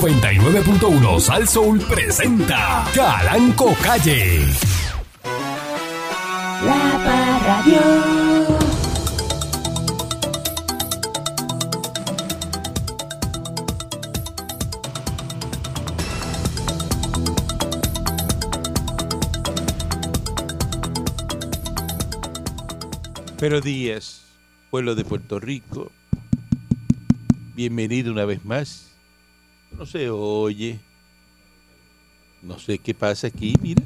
99.1 Sal Soul presenta Calanco Calle. La Parradio. Buenos días, pueblo de Puerto Rico. Bienvenido una vez más. No se oye. No sé qué pasa aquí, mira.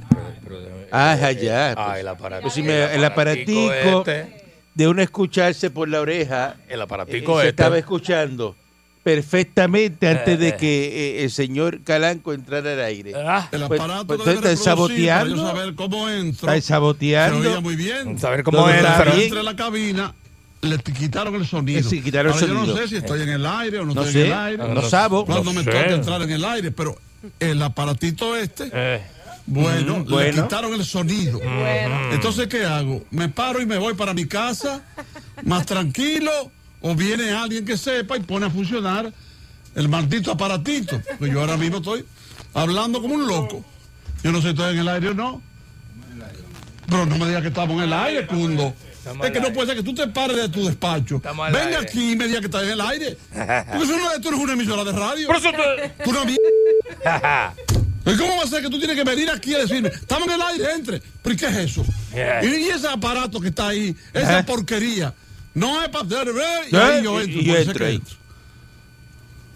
Ah, es allá. Ah, pues. el aparatico. Pues si me- el aparatico este, de uno escucharse por la oreja. el eh, aparatico este. se estaba escuchando perfectamente antes Eh. de que eh, el señor Calanco entrara al aire. Ah, El Pues- aparato pues debe está reproducir saboteando. para yo saber cómo entro. Está Se oía saboteando. muy bien. saber cómo ¿Dónde es. está pero- bien? Entré a la cabina, le t- quitaron el sonido. Sí, quitaron el Ahora Yo sonido. no sé si estoy en el aire o no, No estoy sé, en el aire. no sabo. Cuando Ah, No me sé. toca entrar en el aire, pero el aparatito este, Eh, Mm. bueno, le bueno. quitaron el sonido. Entonces, ¿qué hago? ¿Me paro y me voy para mi casa más tranquilo? ¿O viene alguien que sepa y pone a funcionar el maldito aparatito? Porque yo ahora mismo estoy hablando como un loco. Yo no sé si estoy en el aire o no. Pero no me digas que estamos en el aire, Cundo. Es que no puede ser que tú te pares de tu despacho. Estamos al Venga aire. aquí y me digas que estás en el aire. Porque eso no es- tú eres una emisora de radio. Por eso te- Tú no vi- ¿Y cómo va a ser que tú tienes que venir aquí a decirme, estamos en el aire, entre? ¿Pero y qué es eso? Yeah. Y, y ese aparato que está ahí, esa ¿Eh? porquería, no es para hacer, eh, y ¿Eh? ahí yo Y- entro. por y yo eso entro que ahí.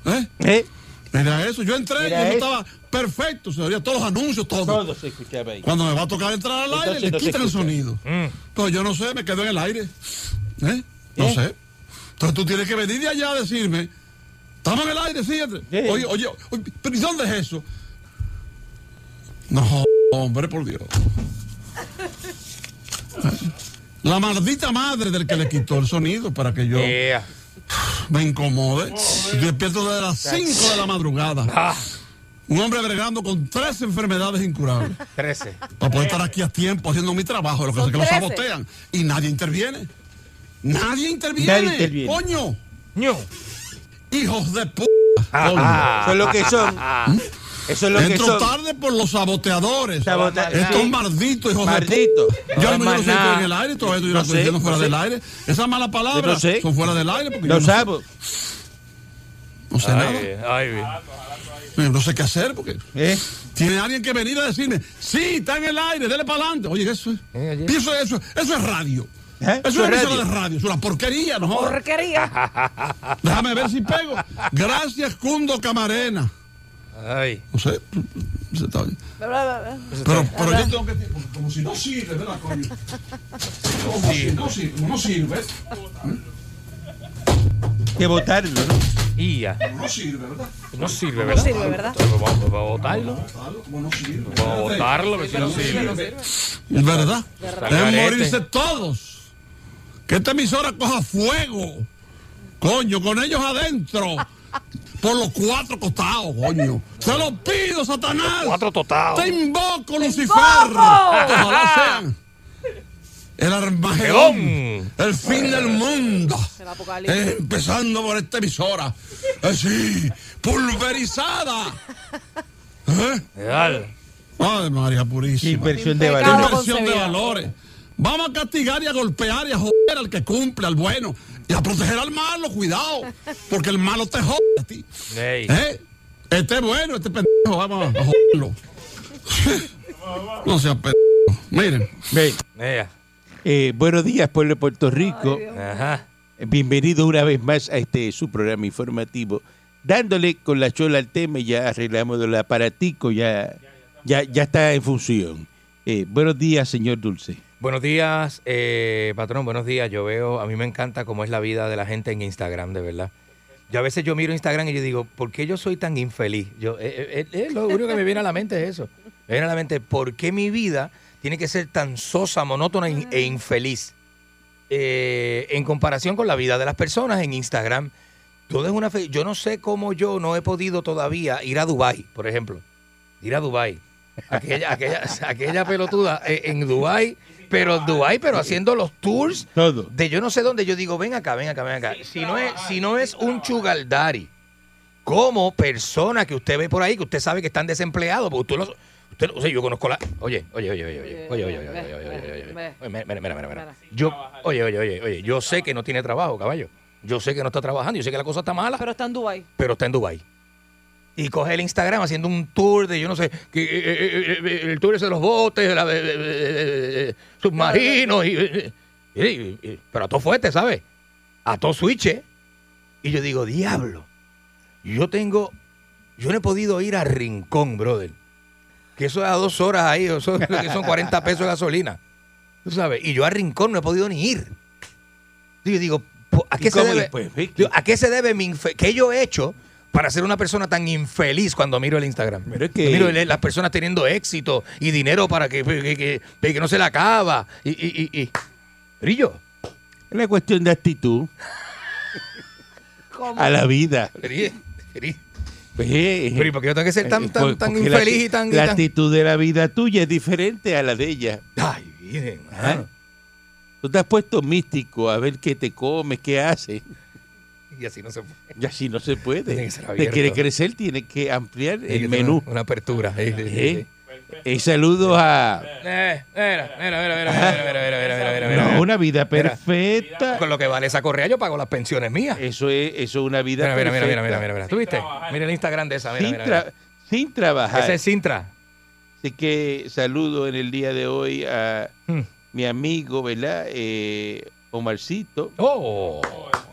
¿Eh? ¿Eh? Mira eso, yo entré Mira y eso. eso estaba perfecto, se oía todos los anuncios, todo. Todo se escuchaba ahí. Cuando me va a tocar entrar al aire, Entonces le no se quitan el escucha. sonido. Pero yo no sé, me quedo en el aire. ¿Eh? No ¿Eh? sé. Entonces tú tienes que venir de allá a decirme, estamos en el aire, sí. entre". ¿Qué? Oye, oye, oye, pero ¿y dónde es eso? No, hombre, por Dios. La maldita madre del que le quitó el sonido para que yo Yeah. me incomode. Yo despierto desde las 5 de la madrugada. Ah, Un hombre bregando con tres enfermedades incurables. 13. Para poder estar aquí a tiempo haciendo mi trabajo, lo que, Son que lo 13. sabotean. Y nadie interviene. Nadie interviene. Nadie interviene. Coño, Ñu. hijos de p. Eso es lo que son. Eso es lo que Entro son. tarde por los saboteadores. Sabotea- Estos sí. malditos hijos Maldito. de p. No Yo es no, yo más no sé si estoy nada. en el aire, todavía estoy No estoy sé, diciendo no fuera sé. del aire. Esas malas palabras Yo no sé. son fuera del aire porque yo no, Lo sé- sabo. no sé Ay, nada. bien, ay, bien. No sé qué hacer porque ¿Eh? tiene alguien que venir a decirme, sí, está en el aire, dele para adelante. Oye, eso es. Eh, oye. y eso, es- eso, es- eso es radio. ¿Eh? Eso es Eso es emisora de radio, es una porquería, no jodas. Porquería. Déjame ver si pego. Gracias, Cundo Camarena. Ay. No sé. se está bien. Bla, bla, bla. Pero, pero yo tengo que. Como si no sirve, ¿verdad, coño? Como si no sirve. Como no sirve. Que votarlo, ¿no? Ia. Como no sirve, ¿verdad? No sirve, ¿verdad? sirve, ¿verdad? Entonces, pues, Vamos, vamos a votarlo. Como no sirve. Vamos a votarlo, a ver si no sirve. ¿Verdad? Deben Garete. morirse todos. Que esta emisora coja fuego. Coño, con ellos adentro. Por los cuatro costados, coño. Se los pido, Satanás. Cuatro totados. Te invoco, Lucifer. invoco. Ojalá sean el Armagedón, Gedón. el fin del mundo. El apocalipsis. Eh, empezando por esta emisora. Así, pulverizada. ¿Eh? Real. Madre María Purísima. Inversión de Impecable. valor. Claro, Inversión de concebida. valores. Vamos a castigar y a golpear y a joder al que cumple, al bueno. Y a proteger al malo, cuidado. Porque el malo te jode a ti. Ey. ¿Eh? Este es bueno, este pendejo, vamos a joderlo. no sea pendejo. Miren, Ve, Ea. eh, buenos días, pueblo de Puerto Rico. Ajá. Bienvenido una vez más a este su programa informativo, dándole con la chola al tema y ya arreglamos el aparatico, ya, ya, ya está en función. Eh, buenos días, señor Dulce. Buenos días, eh, patrón, buenos días. Yo veo, a mí me encanta cómo es la vida de la gente en Instagram, de verdad. Yo a veces yo miro Instagram y yo digo, ¿por qué yo soy tan infeliz? Yo, eh, eh, eh, eh, lo único que me viene a la mente es eso. Me viene a la mente, ¿por qué mi vida tiene que ser tan sosa, monótona in- e infeliz? Eh, en comparación con la vida de las personas en Instagram. Todo es una fe- yo no sé cómo yo no he podido todavía ir a Dubai, por ejemplo. Ir a Dubai. Aquella, aquella, aquella pelotuda eh, en Dubai, pero en Dubai, pero haciendo los tours Todo. de yo no sé dónde. Yo digo, ven acá, ven acá, ven acá. Si no es, si no es un chugaldari como personas que usted ve por ahí, que usted sabe que están desempleados, porque usted los... Usted, o sea, yo conozco la... Oye, oye, oye, oye, oye, oye, oye, oye, oye, oye, oye, oye, oye, oye, mira, mira, mira, mira, mira. Yo, oye, oye, oye, oye, yo sé que no tiene trabajo, caballo. Yo sé que no está trabajando, yo sé que la cosa está mala Pero está en Dubái. pero está en Dubai y coge el Instagram haciendo un tour de yo no sé que, eh, eh, eh, el tour ese de los botes de la- de- de- de- de- de- submarinos y, eh, eh, y- y- pero a todo fuerte ¿sabes? a todo switch ¿eh? y yo digo diablo yo tengo yo no he podido ir a Rincón brother que eso es a dos horas ahí eso, que son 40 pesos de gasolina tú sabes y yo a Rincón no he podido ni ir y yo digo po- ¿a ¿Y qué se cómo debe? le fue, Vicky? Digo, ¿A qué se debe mi infe- qué yo he hecho para ser una persona tan infeliz cuando miro el Instagram? Pero es que- Miro el- las personas teniendo éxito y dinero para que, que- que- que no se le acaba. Y, y, y, y- brillo. Es una cuestión de actitud ¿Cómo? a la vida. Brillo. brillo. Pero ¿y Pero por qué yo tengo que ser tan, tan, tan Eh, Porque la infeliz acti- y tan... y La tan- actitud de la vida tuya es diferente a la de ella. Ay, miren, ¿ah? mano. Tú te has puesto místico a ver qué te comes, qué haces. Y así no se puede. Y así no se Tiene puede. que ser Te abierto. quiere crecer, tiene que ampliar Hay que el tener menú. Una, una apertura. sí, sí, sí, ¿Eh? sí. Y saludos a Eh, mira, mira, mira, mira, mira, mira, mira, mira, mira, mira, mira. No, una vida Mira. perfecta. Con lo que vale esa correa yo pago las pensiones mías. Eso es, eso es una vida Mira, mira, mira, mira, perfecta. mira, mira, mira. ¿Tú viste? Mira el Instagram de esa, mira, Sin, mira, tra- mira. sin trabajar. Ese es Sintra. Así que saludo en el día de hoy a Hmm. mi amigo, ¿verdad? Eh, Omarcito, Oh,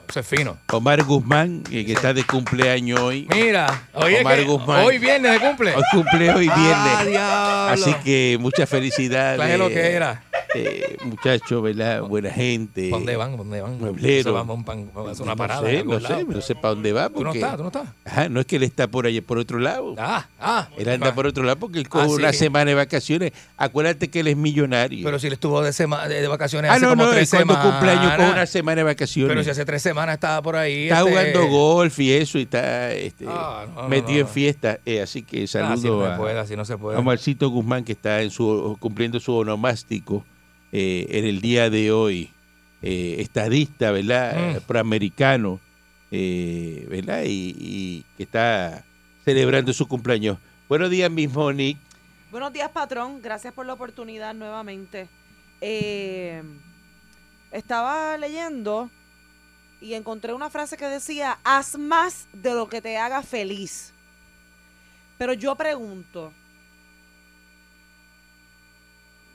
ese es fino. Omar Guzmán, eh, que está de cumpleaños hoy. Mira, hoy, es Omar que- Guzmán. hoy viernes se cumple. Hoy cumple hoy Ah, viernes. diablo. Así que muchas felicidades. Traje lo que era. Eh, muchacho, ¿verdad? Buena gente. ¿Para dónde van? ¿Para ¿Dónde van? Mueblero. Eso van, van, van, van a hacer una parada. No en sé, algún no sé, lado. no sé para dónde va. Tú no Porque, estás, tú no estás. Ajá, no es que él está por allá, por otro lado. Ah, ah. Él anda por otro lado porque él coge Ah, sí. una semana de vacaciones. Acuérdate que él es millonario. Pero si él estuvo de, sema- de, de vacaciones ah, hace no, como no, él tres cuando semanas. cumpleaños coge una semana de vacaciones. Pero si hace tres semanas estaba por ahí. está este- jugando golf y eso y está este, Ah, no, no, metido no, en no. fiesta. Eh, así que Ah, así no saludo se a- puede, así no se a, puede. Marcito Guzmán que está en su cumpliendo su onomástico eh, en el día de hoy. Eh, estadista, ¿verdad? Mm. Eh, Proamericano, eh, ¿verdad? Y, y que está celebrando su cumpleaños. Buenos días, mismo Nick. Buenos días, patrón. Gracias por la oportunidad nuevamente. Eh, estaba leyendo y encontré una frase que decía, haz más de lo que te haga feliz. Pero yo pregunto,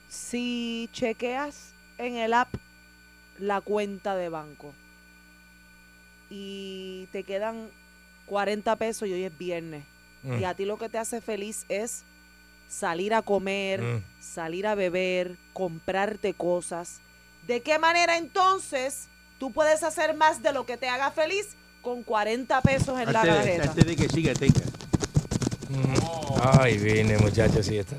si chequeas en el app la cuenta de banco y te quedan 40 pesos y hoy es viernes Mm. y a ti lo que te hace feliz es salir a comer, Mm. salir a beber, comprarte cosas. ¿De qué manera entonces tú puedes hacer más de lo que te haga feliz con 40 pesos en la Antes, carreta? antes de que siga, tenga. Mm. Ay, vine, muchachos, sí, está.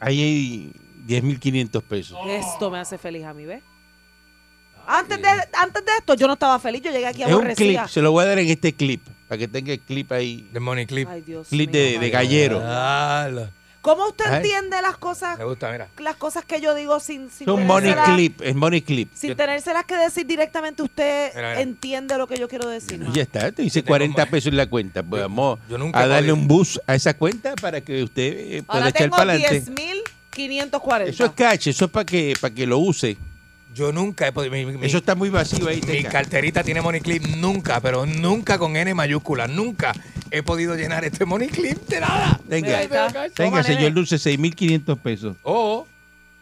Ahí hay 10.500 pesos. Esto me hace feliz a mí, ¿ves? Antes de, antes de esto yo no estaba feliz, yo llegué aquí Ah, Es un clip, aborrecida. se lo voy a dar en este clip, para que tenga el clip ahí. The Money Clip. Ay, Dios clip mío, de- de madre. gallero. Ah, lo- ¿Cómo usted Ay. entiende las cosas, Me gusta, mira. las cosas que yo digo sin, sin Es un money tenérselas- clip, es money clip. Sin Yo- tenérselas que decir directamente, usted Mira, mira. entiende lo que yo quiero decir. No, ¿no? Ya está, te hice Yo tengo 40 más. pesos en la cuenta. Pues Yo- vamos yo nunca a darle podía. un bus a esa cuenta para que usted eh, pueda Ahora echar tengo para adelante. 10.540. Eso es cash, eso es para que, para que lo use. Yo nunca he podido. Mi, mi- Eso está muy vacío ahí. mi Teca. carterita tiene Money Clip nunca, pero nunca con N mayúscula. Nunca he podido llenar este Money Clip de nada. Mira, ahí Venga, está. venga Toma, señor nene. Dulce, 6.500 pesos. Oh,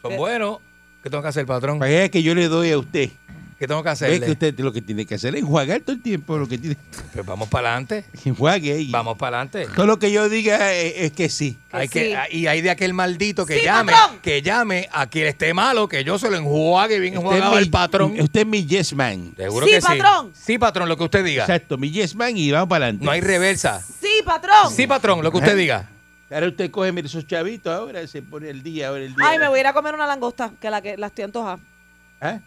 son Eh. buenos. ¿Qué tengo que hacer, patrón? Para que vea que yo le doy a usted. ¿Qué tengo que Ve hacer? que usted lo que tiene que hacer es enjuagar todo el tiempo lo que tiene. Pues vamos para adelante. Enjuague ahí. Vamos para adelante. Todo lo que yo diga eh, es, que sí. Que Hay sí. que, ah, y hay de aquel maldito que Sí, llame, patrón. que llame a quien esté malo, que yo se lo enjuague bien Usted es enjuagado mi- al patrón. Usted es mi yes man. Seguro Este Sí, que patrón. sí. Sí, patrón, lo que usted diga. Exacto, mi yes man y vamos para adelante. No hay reversa. Sí, patrón. Sí, patrón, lo que ¿Eh? usted diga. Ahora usted coge, mire, esos chavitos ahora, se pone el día, ahora el día. Ay, me voy a ir a comer una langosta, que la que la estoy antojada. ¿Ah?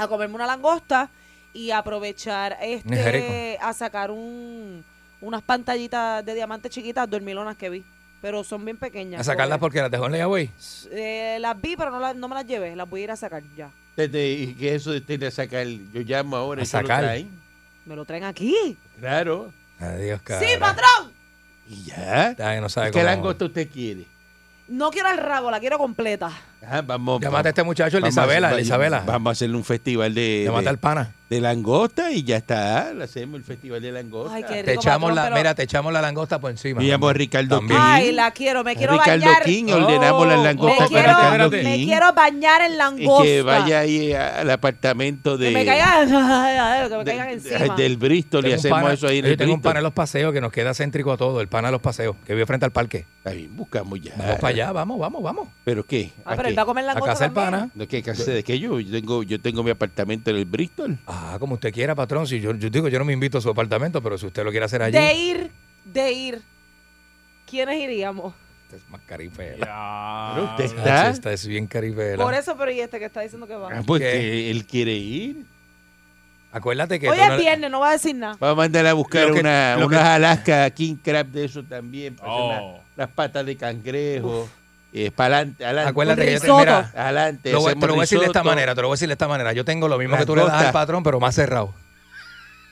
A comerme una langosta y aprovechar Es este rico. a sacar un, unas pantallitas de diamante chiquitas, dormilonas que vi. Pero son bien pequeñas. A sacarlas pobre. porque las dejó en la güey. Eh, las vi, pero no, las- no me las llevé. Las voy a ir a sacar ya. Desde- y que eso de usted le saca el- Yo llamo ahora. A y se lo sacar. traen. Me lo traen aquí. Claro. Adiós, cara. ¡Sí, patrón! Y ya. Ya que no sabe cómo- ¿Qué langosta usted quiere? No quiero el rabo, la quiero completa. Ajá, vamos. Llámate a este muchacho, el de vamos a hacer- Isabela, el de va- Isabela. Vamos a hacerle un festival de, Te mata el de, pana. de langosta y ya está. Le hacemos el festival de langosta. Ay, qué Te Rico, echamos patrón, la, pero- mira, te echamos la langosta por encima. Yo llamo a Ricardo También. King. Ay, la quiero, me quiero Ricardo bañar. King, ordenamos Oh. las me, langostas con quiero, Ricardo me King. quiero bañar en langosta. Y que vaya ahí al apartamento de, Que me caigan, que de- me caigan de- encima. del Bristol y Tengo un hacemos pana- eso ahí en yo el tengo un pana Bristol. en los paseos que nos queda céntrico a todo, el pana de los paseos, que vive frente al parque. Está bien, buscamos ya. Vamos para allá, vamos, vamos, vamos. ¿Pero qué? ah, ¿A pero qué? él va a comer A langosta casa el también. pana. ¿De qué clase de qué yo? Yo tengo, yo tengo mi apartamento en el Bristol. Ah, como usted quiera, patrón. Si yo, yo digo, yo no me invito a su apartamento, pero si usted lo quiere hacer allí, De ir, de ir. ¿Quiénes iríamos? Este es más carifela. Pero Ah, usted está. sí, Esta es bien carifela. Por eso, pero y este que está diciendo que va. Ah, pues ¿Qué? que él quiere ir. Acuérdate que Hoy tú es no- viernes, no va a decir nada. Va a mandar a buscar Lo que- una, lo que- unas Alaska King Crab de eso también. para hacer Oh. una- unas patas de cangrejo. Eh, para adelante, adelante. Acuérdate que yo te, Risotto. mira, Adelante. lo voy- hacemos te lo voy a decir de esta risotto. manera, te lo voy a decir de esta manera. Yo tengo lo mismo que tú le das Langosta. al patrón, pero más cerrado.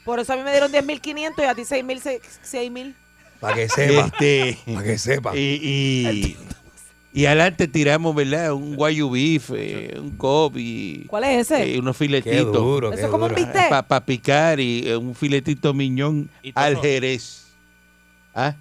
Por eso a mí me dieron 10.500 y a ti 6.000, seis- 6.000. Para que sepa, Este, para que sepa. y, y, y adelante tiramos, ¿verdad? Un guayu beef, eh, un cobi, ¿Cuál es ese? eh, unos Qué filetitos. duro, Eso qué es como un duro. bistec. ¿Viste? Para picar y eh, un filetito miñón Y todo. al jerez. ¿Ah?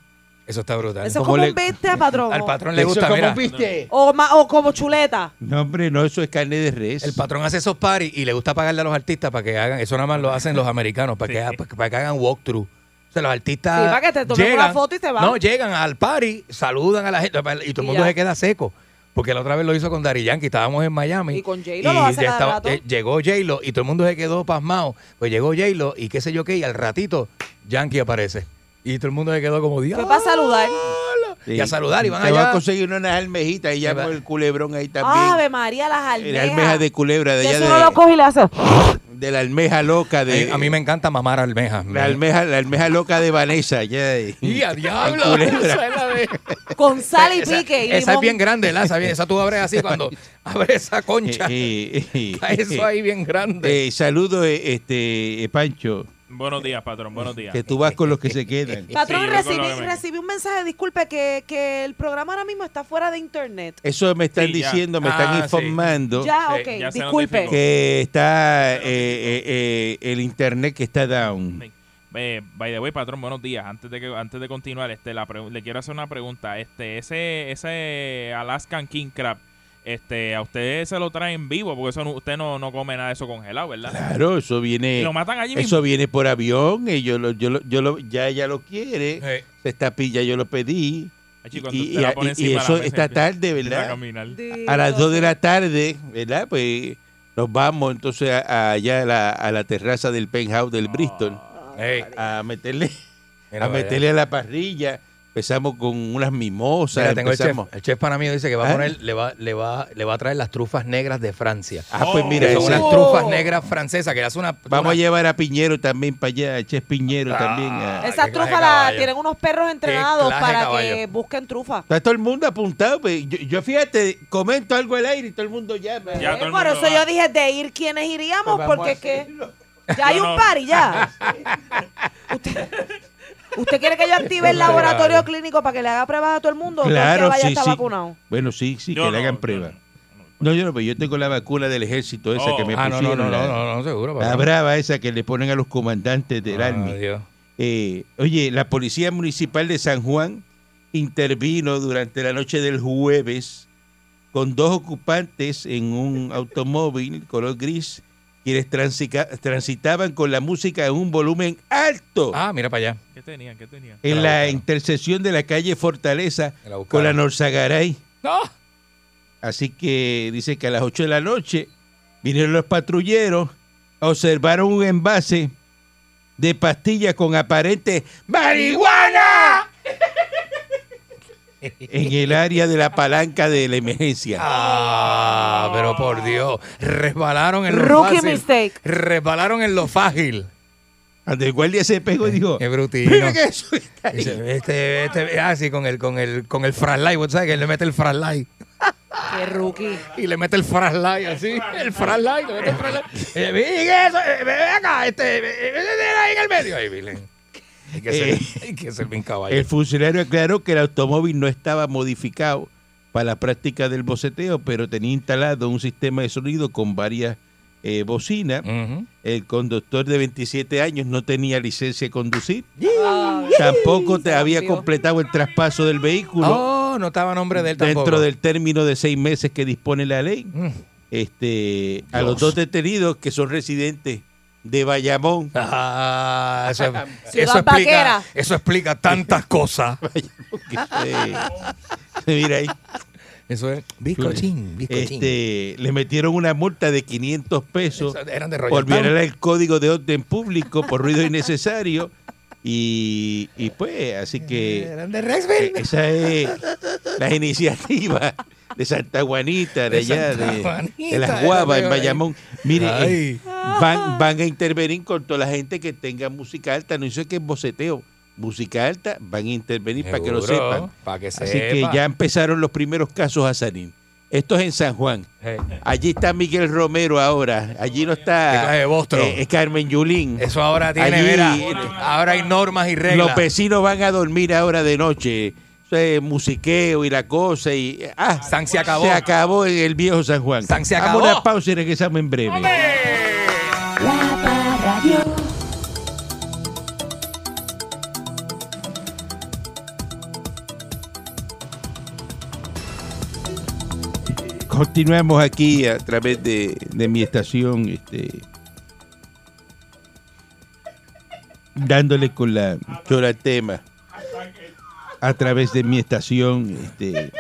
Eso está brutal. eso es ¿cómo como le- un viste, patrón. Al o- patrón le Eso gusta, como mira. un bistec. O, ma- o como chuleta. No, hombre, no, eso es carne de res. El patrón hace esos paris y le gusta pagarle a los artistas para que hagan, eso nada más lo hacen los americanos, para, que, para, que hagan walkthrough. O sea, los artistas. Sí, para que te tomen una foto y te van. No, llegan al party, saludan a la gente y todo el Y mundo ya. se queda seco. Porque la otra vez lo hizo con Dari Yankee, estábamos en Miami. Y con J-Lo lo hace ya cada rato. eh, Llegó J-Lo y todo el mundo se quedó pasmado. Pues llegó J-Lo y qué sé yo qué, y al ratito Yankee aparece. Y todo el mundo se quedó como Dios. Fue para saludar. Sí. Y a saludar y van Te va allá. a conseguir unas almejitas y Te llamo va- Ah, el culebrón ahí Ave también. Eh, María, las la almejas. almeja de culebra de Que allá eso de, uno lo coge y le hace. de la almeja loca de a, mí me encanta mamar almejas. la almeja, la almeja loca de Vanessa allá de- Y a diablo. culebra. esa es la de- Con sal y Esa- pique. y esa es limón. bien grande, la, esa, bien- esa tú abres así cuando abres esa concha. Eh, eh, está eso ahí bien grande. eh, saludo eh, este eh, Pancho, Buenos días, patrón, buenos días. que tú vas con los que se quedan. Patrón, Sí, yo recibí, recuerdo que me- recibí un mensaje, disculpe, que, que el programa ahora mismo está fuera de internet. Eso me están Sí, ya. diciendo, me Ah, están sí. informando Ya, Sí, ok, ya se disculpe. notificó. que está eh, eh, eh, el internet que está down. Eh, by the way, patrón, buenos días. Antes de que antes de continuar, este la pregu- le quiero hacer una pregunta. Este ese ese Alaskan King Crab, este a ustedes se lo traen vivo porque eso no- usted no, no come nada de eso congelado, ¿verdad? Claro, eso Y viene. lo matan allí mismo. Eso viene por avión, y yo lo, yo lo- yo lo- ya ella lo quiere, Eh, esta pilla yo lo pedí, Ay, chico, cuando y- usted y- la pone y- y encima de la eso mesa, esta empieza- tarde, empieza ¿verdad? a caminar. a las 2 de la tarde, ¿verdad? Pues nos vamos entonces a- a allá a la, a la terraza del penthouse del Bristol eh, a meterle, mira a para allá. meterle a la parrilla, empezamos con unas mimosas, Mira, tengo el chef, empezamos- el chef para mí dice que va a ¿Ah? poner, le va, le va, le va a traer las trufas negras de Francia. Ah, pues Oh, mira, Que son ese- unas Oh. trufas negras francesas que le hace una. vamos una- a llevar a Piñero también para allá, a Chef Piñero Ah. también. a- Ay, Esas qué clase de trufas las caballo. tienen unos perros entrenados clase de para que caballo. busquen trufa. Está todo el mundo apuntado, pues, yo, yo fíjate, comento algo al aire y todo el mundo llama. Ya Eh, todo el por mundo eso va. yo dije de ir quienes iríamos, Pues vamos porque a es que hacerlo. ya hay Yo un no. par y ya. usted, usted quiere que yo active el Qué bárbaro. laboratorio clínico para que le haga pruebas a todo el mundo? o todo el que Claro, vaya sí, está sí. vacunado. Bueno, sí, sí, Yo que no, le hagan yo prueba. no. No, yo no, pero yo tengo la vacuna del ejército esa Oh. que me Ah, no, no, pusieron. no, no, la, no, no, seguro. la papá. brava esa que le ponen a los comandantes del Ah, Army. Dios. Eh, oye, la Policía Municipal de San Juan intervino durante la noche del jueves con dos ocupantes en un automóvil color gris quienes transica- transitaban con la música en un volumen alto Ah, mira para allá. ¿Qué tenían? ¿Qué tenían? en la la buscaron. intersección de la calle Fortaleza Me la con la buscaron. Norzagaray. No. Así que dice que a las 8 de la noche vinieron los patrulleros, observaron un envase de pastillas con aparente marihuana en el área de la palanca de la emergencia. Ah, pero por Dios. Resbalaron en lo Rookie fácil. mistake. Resbalaron en lo fácil. Cuando el guardia se pegó y dijo, Qué mira brutino. que eso está ahí". Dice, Este, este, ah, sí, con el, con el, con el fraslay, ¿vos sabes que él le mete el fraslay? Qué rookie. Y le mete el fraslay así, el fraslay, le mete eh, el fraslay. Y le dice, "Mira eso, eh, ven acá, este, eh, ven ahí en el medio. Ahí, Vilén. Hay que ser, hay que ser bien caballo. El funcionario aclaró que el automóvil no estaba modificado para la práctica del boceteo, pero tenía instalado un sistema de sonido con varias eh, bocinas. Ujú. El conductor de 27 años no tenía licencia de conducir. Tampoco te Se había rompió. completado el traspaso del vehículo Oh, no estaba nombre de él tampoco. dentro del término de seis meses que dispone la ley. Mm. Este, a Dios. los dos detenidos que son residentes de Bayamón. Ah, eso, eso Ciudad explica, vaquera. eso explica tantas cosas. Sí. Mira ahí. Eso es bizcochín, bizcochín. Este, le metieron una multa de 500 pesos Eso eran de por Royal Town. violar el código de orden público por ruido innecesario. Y, y pues, así que Eran de eh, Rexville. esa es las iniciativas de Santa Juanita, de De allá, Santa de, Juanita, de las era guavas en peor ahí. Bayamón. Mire, eh, Ay. van, van a intervenir con toda la gente que tenga música alta. No sé qué boceteo. Música alta, van a intervenir para que lo Seguro, sepan. Para que sepan. Así que ya empezaron los primeros casos a salir. Esto es en San Juan. Eh, Allí está Miguel Romero ahora. Allí no Qué clase está de bostro. eh, eh, Carmen Yulín. Eso ahora tiene, Allí- mira, ahora hay normas y reglas. Los vecinos van a dormir ahora de noche. Eso es musiqueo y la cosa. Y, ah, San se acabó. Se acabó en el viejo San Juan. San se Vamos acabó. a una pausa y regresamos en breve. La Parradio. Continuamos aquí a través de, de mi estación, este, dándole con la chola al tema. A través de mi estación, este,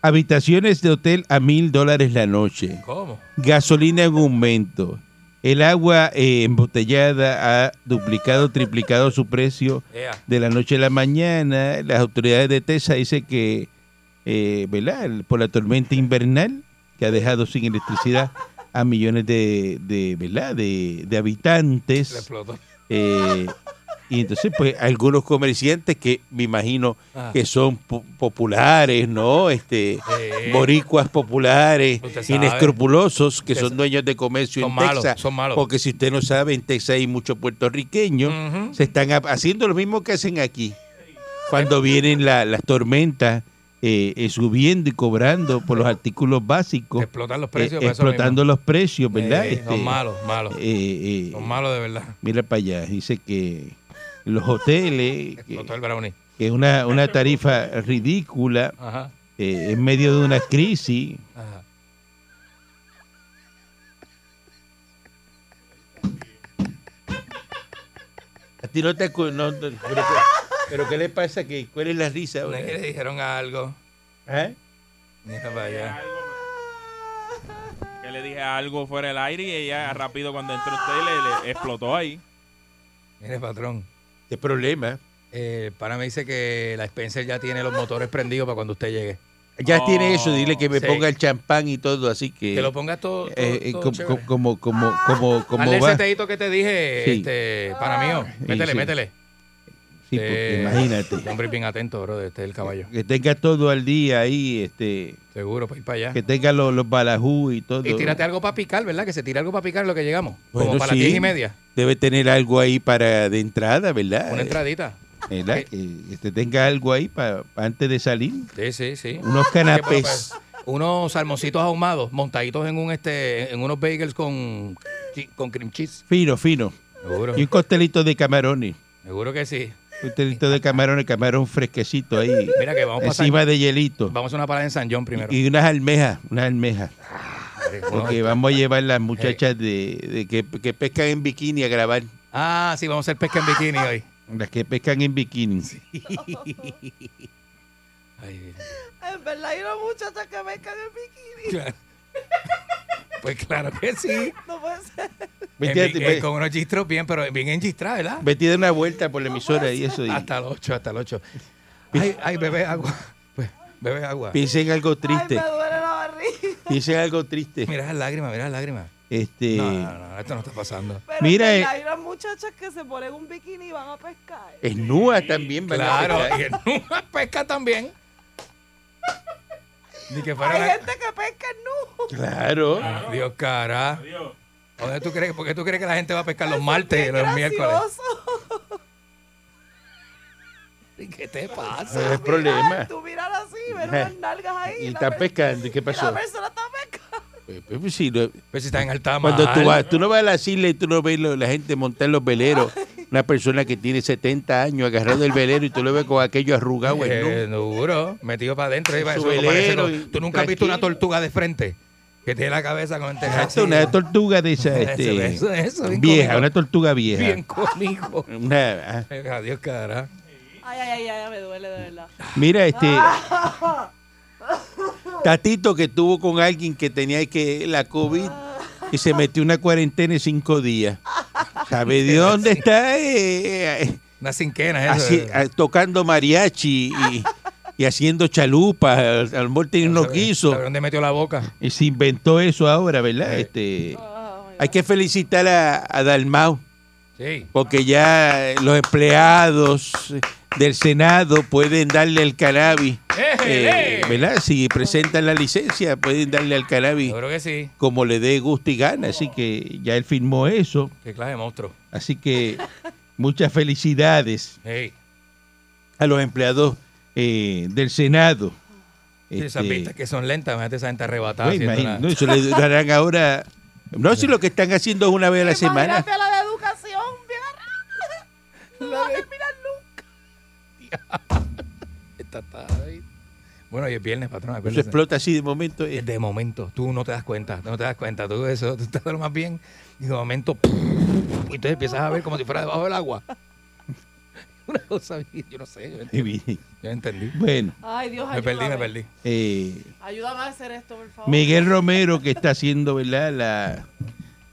habitaciones de hotel a mil dólares la noche, ¿Cómo? gasolina en aumento, el agua eh, embotellada ha duplicado, triplicado su precio Ea. de la noche a la mañana. Las autoridades de Texas dicen que, eh, ¿verdad? El- Por la tormenta invernal que ha dejado sin electricidad a millones de, de, ¿verdad? De, de Le habitantes. explotó. Eh, y entonces, pues, algunos comerciantes que me imagino Ah. que son po- populares, ¿no? Este, boricuas populares, Usted sabe. inescrupulosos, que Usted son sa- dueños de comercio Son en malos, Texas. son malos. Porque si usted no sabe, en Texas hay muchos puertorriqueños. Ujú. Se están ha- haciendo lo mismo que hacen aquí. Cuando vienen la- las tormentas, eh, eh, subiendo y cobrando por los artículos básicos, Explotan los eh, precios. para eso explotando los precios, mismo. ¿verdad? Eh, Este, Son malos, malos. eh, eh, Son malos de verdad. Mira para allá, dice que los hoteles, que, Explotó el brownie. que es una, una tarifa ridícula, Ajá. eh, en medio de una crisis, Ajá. A ti no te acu- no, no, pero, pero- pero ¿qué le pasa? que ¿Cuál es la risa ¿No ahora? es que le dijeron algo? ¿Ah? Mira para allá. Que le dije algo fuera del aire y ella rápido cuando entró usted le, le explotó ahí. Mire, patrón. ¿Qué problema? Eh, el pana me dice que la Spencer ya tiene los motores prendidos para cuando usted llegue. Ya Oh, tiene eso, dile que me sí. ponga el champán y todo, así que... Que lo pongas todo. todo, eh, eh, todo com- chévere. com- como, como, como, como Hazle el va. seteíto que te dije, Sí. este, pana mío. Sí, Métele, sí. métele. Sí, porque Eh, imagínate. un Hombre bien atento, bro, este es el caballo. Que tenga todo al día ahí, este, Seguro, para ir para allá. que tenga los, los balajú y todo. Y tírate algo para picar, ¿verdad? Que se tira algo para picar en lo que llegamos. Bueno, Como para las sí. diez y media. Debe tener algo ahí para de entrada, ¿verdad? Una entradita. ¿Verdad? Que este, tenga algo ahí para antes de salir. Sí, sí, sí. Unos canapés. pues, Unos salmoncitos ahumados, montaditos en un este, en unos bagels con, chi- con cream cheese. Fino, fino. Seguro. Y un costelito de camarones. Seguro que sí. Un telito de camarones, camarón fresquecito ahí. Mira que vamos a pasar. Encima de hielito. Vamos a una parada en San John primero. Y unas almejas, unas almejas. Unos- Porque vamos a llevar las eh. muchachas de, de que, que pescan en bikini a grabar. Ah, sí, vamos a hacer pesca en bikini hoy. Las que pescan en bikini. Ay, En verdad hay una muchacha que me cae en bikini. claro. Pues claro que sí. No puede ser. En Vete a- bi- eh, ve- con unos gistros bien, pero bien engistrados, ¿verdad? vete a dar una vuelta por la emisora y eso. y Hasta el 8, hasta el 8. Ay, ay, bebé agua. Be- Bebe agua. piensa en algo triste. Ay, me duele la barriga. Piensa en algo triste. Mira las lágrimas, mira las lágrimas. Este, No, no, no, esto no está pasando. Pero Mira, en eh. verdad hay unas muchachas que se ponen un bikini y van a pescar. es nua también, van a Claro, pescar. y en una pesca también. Ni que fuera Hay una- gente que pesca en nu. Claro. Dios, cara. ¿Dónde tú crees? ¿Por qué tú crees que la gente va a pescar los martes y los Qué miércoles? gracioso. ¿Qué te No pasa? es problema. Tú mirar así, ver unas nalgas ahí. Y la está per- pescando. ¿Y qué y pasó? La persona está pescando. Pues, pues, pues, sí, no- Pero si está en alta mar. Cuando tú vas, tú no vas a las islas y tú no ves lo- la gente montar los veleros. Una persona que tiene 70 años agarrado el velero y tú lo ves con aquello arrugado. en Eh, duro, metido para adentro. ahí va, Su eso parece velero como- y tú nunca has visto una tranquilo. tortuga de frente que tiene la cabeza con enterrada. Exacto, una tortuga de esa Eso, este, eso, eso, bien vieja, cómico. una tortuga vieja. Bien cómico. Una- ah, Eh, Adiós, cara. Ay, ay, ay, ay, me duele de verdad. mira, este Tatito que estuvo con alguien que tenía que la COVID y se metió una cuarentena de cinco días. ¿Sabe de dónde está? Eh, eh, Una cinquena, eso. eh. así, ah, tocando mariachi y, y haciendo chalupas, al al mejor tiene unos Sabe- guisos. sabe dónde metió la boca? Y se inventó eso ahora, ¿verdad? Sí. Este, Oh, my God. hay que felicitar a, a Dalmau, Sí. porque ya eh, los empleados del Senado pueden darle al cannabis, eh, ¿verdad? Si presentan la licencia, pueden darle al cannabis Yo creo que sí. como le dé gusto y gana. Así que ya él firmó eso. Qué clase de monstruo. Así que muchas felicidades Hey. a los empleados eh, del Senado. Esas Este, pistas que son lentas, imagínate esa gente arrebatada. Güey, haciendo imagínate, una- no, eso le durarán ahora. No, si lo que están haciendo es una vez a la semana. Imagínate a la de educación, bien agarrada. No va a terminar nunca. Esta está ahí. Bueno, hoy es viernes, patrón. Eso acuérdese. explota así de momento. eh, De momento, tú no te das cuenta, no te das cuenta, tú eso, tú estás de lo más bien y de momento, y entonces empiezas a ver como si fuera debajo del agua. Una cosa, bien, yo no sé, yo entendí. Yo entendí. Bueno, Ay, Dios, Me perdí, me ayúdame. perdí. eh, Ayúdame a hacer esto, por favor. Miguel Romero, que está haciendo, ¿verdad? La,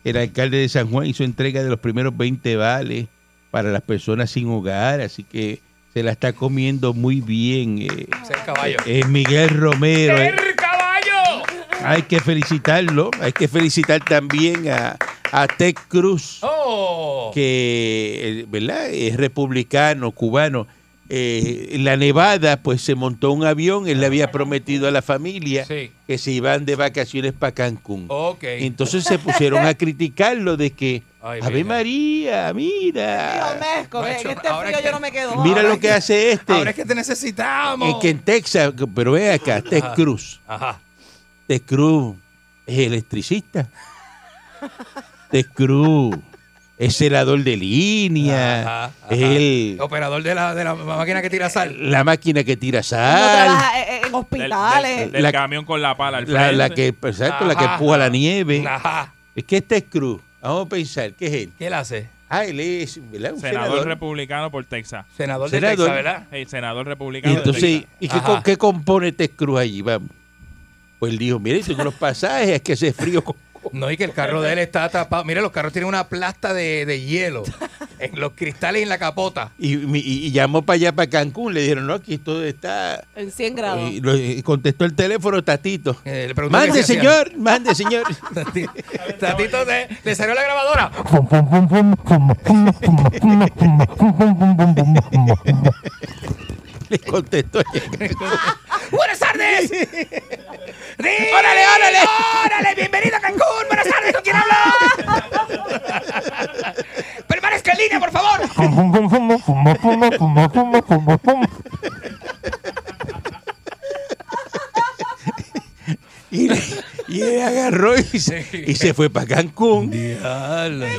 el alcalde de San Juan hizo entrega de los primeros 20 vales para las personas sin hogar, así que se la está comiendo muy bien. eh. Ese es el caballo. Eh, Miguel Romero. eh. ¡El caballo! Hay que felicitarlo. Hay que felicitar también a, a Ted Cruz. ¡Oh! que eh, ¿verdad? es republicano, cubano. Eh, en la Nevada, pues se montó un avión, él le había prometido a la familia Sí. que se iban de vacaciones para Cancún. Ok. Entonces se pusieron a criticarlo de que, Ay, Ave mira. María, Dios mira, mezco, que en Macho, este ahora es frío que- yo no me quedo. mira Ahora lo que hace Ahora es este. que te necesitamos. Es que en Texas, pero ve acá, Ted Cruz. Ajá. Ted Cruz es electricista. Ted Cruz es celador de línea. Ajá, ajá. Es el- Operador de la, de la máquina que tira sal. la máquina que tira No sal, trabaja en en Del, hospitales. del- del La- camión con la pala al la, frente. la que exacto, la que Ajá. empuja la nieve. Ajá. Es que este es Cruz. Vamos a pensar, ¿qué es él? ¿Qué él hace? Ah, él es ¿verdad? un senador, senador. republicano por Texas. Senador de Senador. Texas, ¿verdad? El senador Y republicano. de entonces, Texas. ¿y qué, Ajá. co- qué compone este Cruz allí? Vamos. Pues él dijo, mire, tengo los pasajes, es que hace frío. No, y que el carro de él está tapado. Mira, los carros tienen una plasta de, de hielo en los cristales y en la capota. Y, mi- y- y llamó para allá, para Cancún, le dijeron, no, aquí todo está... En 100 grados. Y, lo- y contestó el teléfono Tatito. Eh, le preguntó Mande, qué se señor, mande, señor. hacía. Tatito le, le salió la grabadora. Le contestó. ¡Buenas tardes! ¡Órale, órale! ¡Órale! ¡Bienvenido a Cancún! ¡Buenas tardes! ¿Con quién hablo? ¡Permanezca en línea, por favor! Y le, y le agarró y se, y se fue para Cancún. Y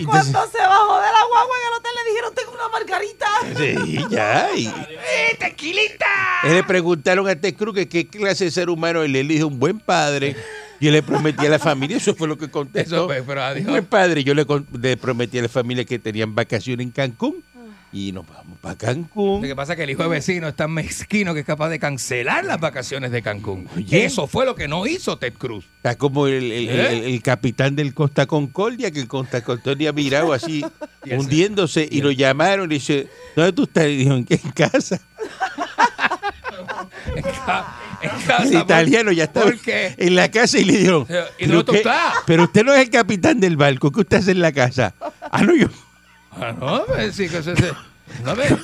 Cuando se bajó de la guagua en el hotel le dijeron, tengo una margarita. Sí, ya. y- ¡Eh, tequilita! Él le preguntaron a Ted Cruz que qué clase de ser humano él. Él dijo un buen padre. Yo le prometí a la familia, eso fue lo que contestó. Eso fue, pero adiós. Un buen padre. Yo le, con- le prometí a la familia que tenían vacaciones en Cancún y nos vamos para Lo que Cancún. pasa es que el hijo de vecino es tan mezquino que es capaz de cancelar las vacaciones de Cancún. Oye. Eso fue lo que no hizo Ted Cruz. Está como el, el- ¿Eh? el- el capitán del Costa Concordia, que el Costa Concordia mirado así, Y ese- hundiéndose, y lo llamaron y dice, ¿dónde tú estás? Y dijo, ¿en qué en casa? En ca- en casa, El por- italiano ya estaba ¿Por qué? Pues, en la casa y le dijeron, Eh, ¿y "¿Pero dónde tú qué? estás?" pero usted no es el capitán del barco, ¿qué usted hace en la casa? Ah, no, yo... Ah, no, pues, sí, que se- se- no, ve,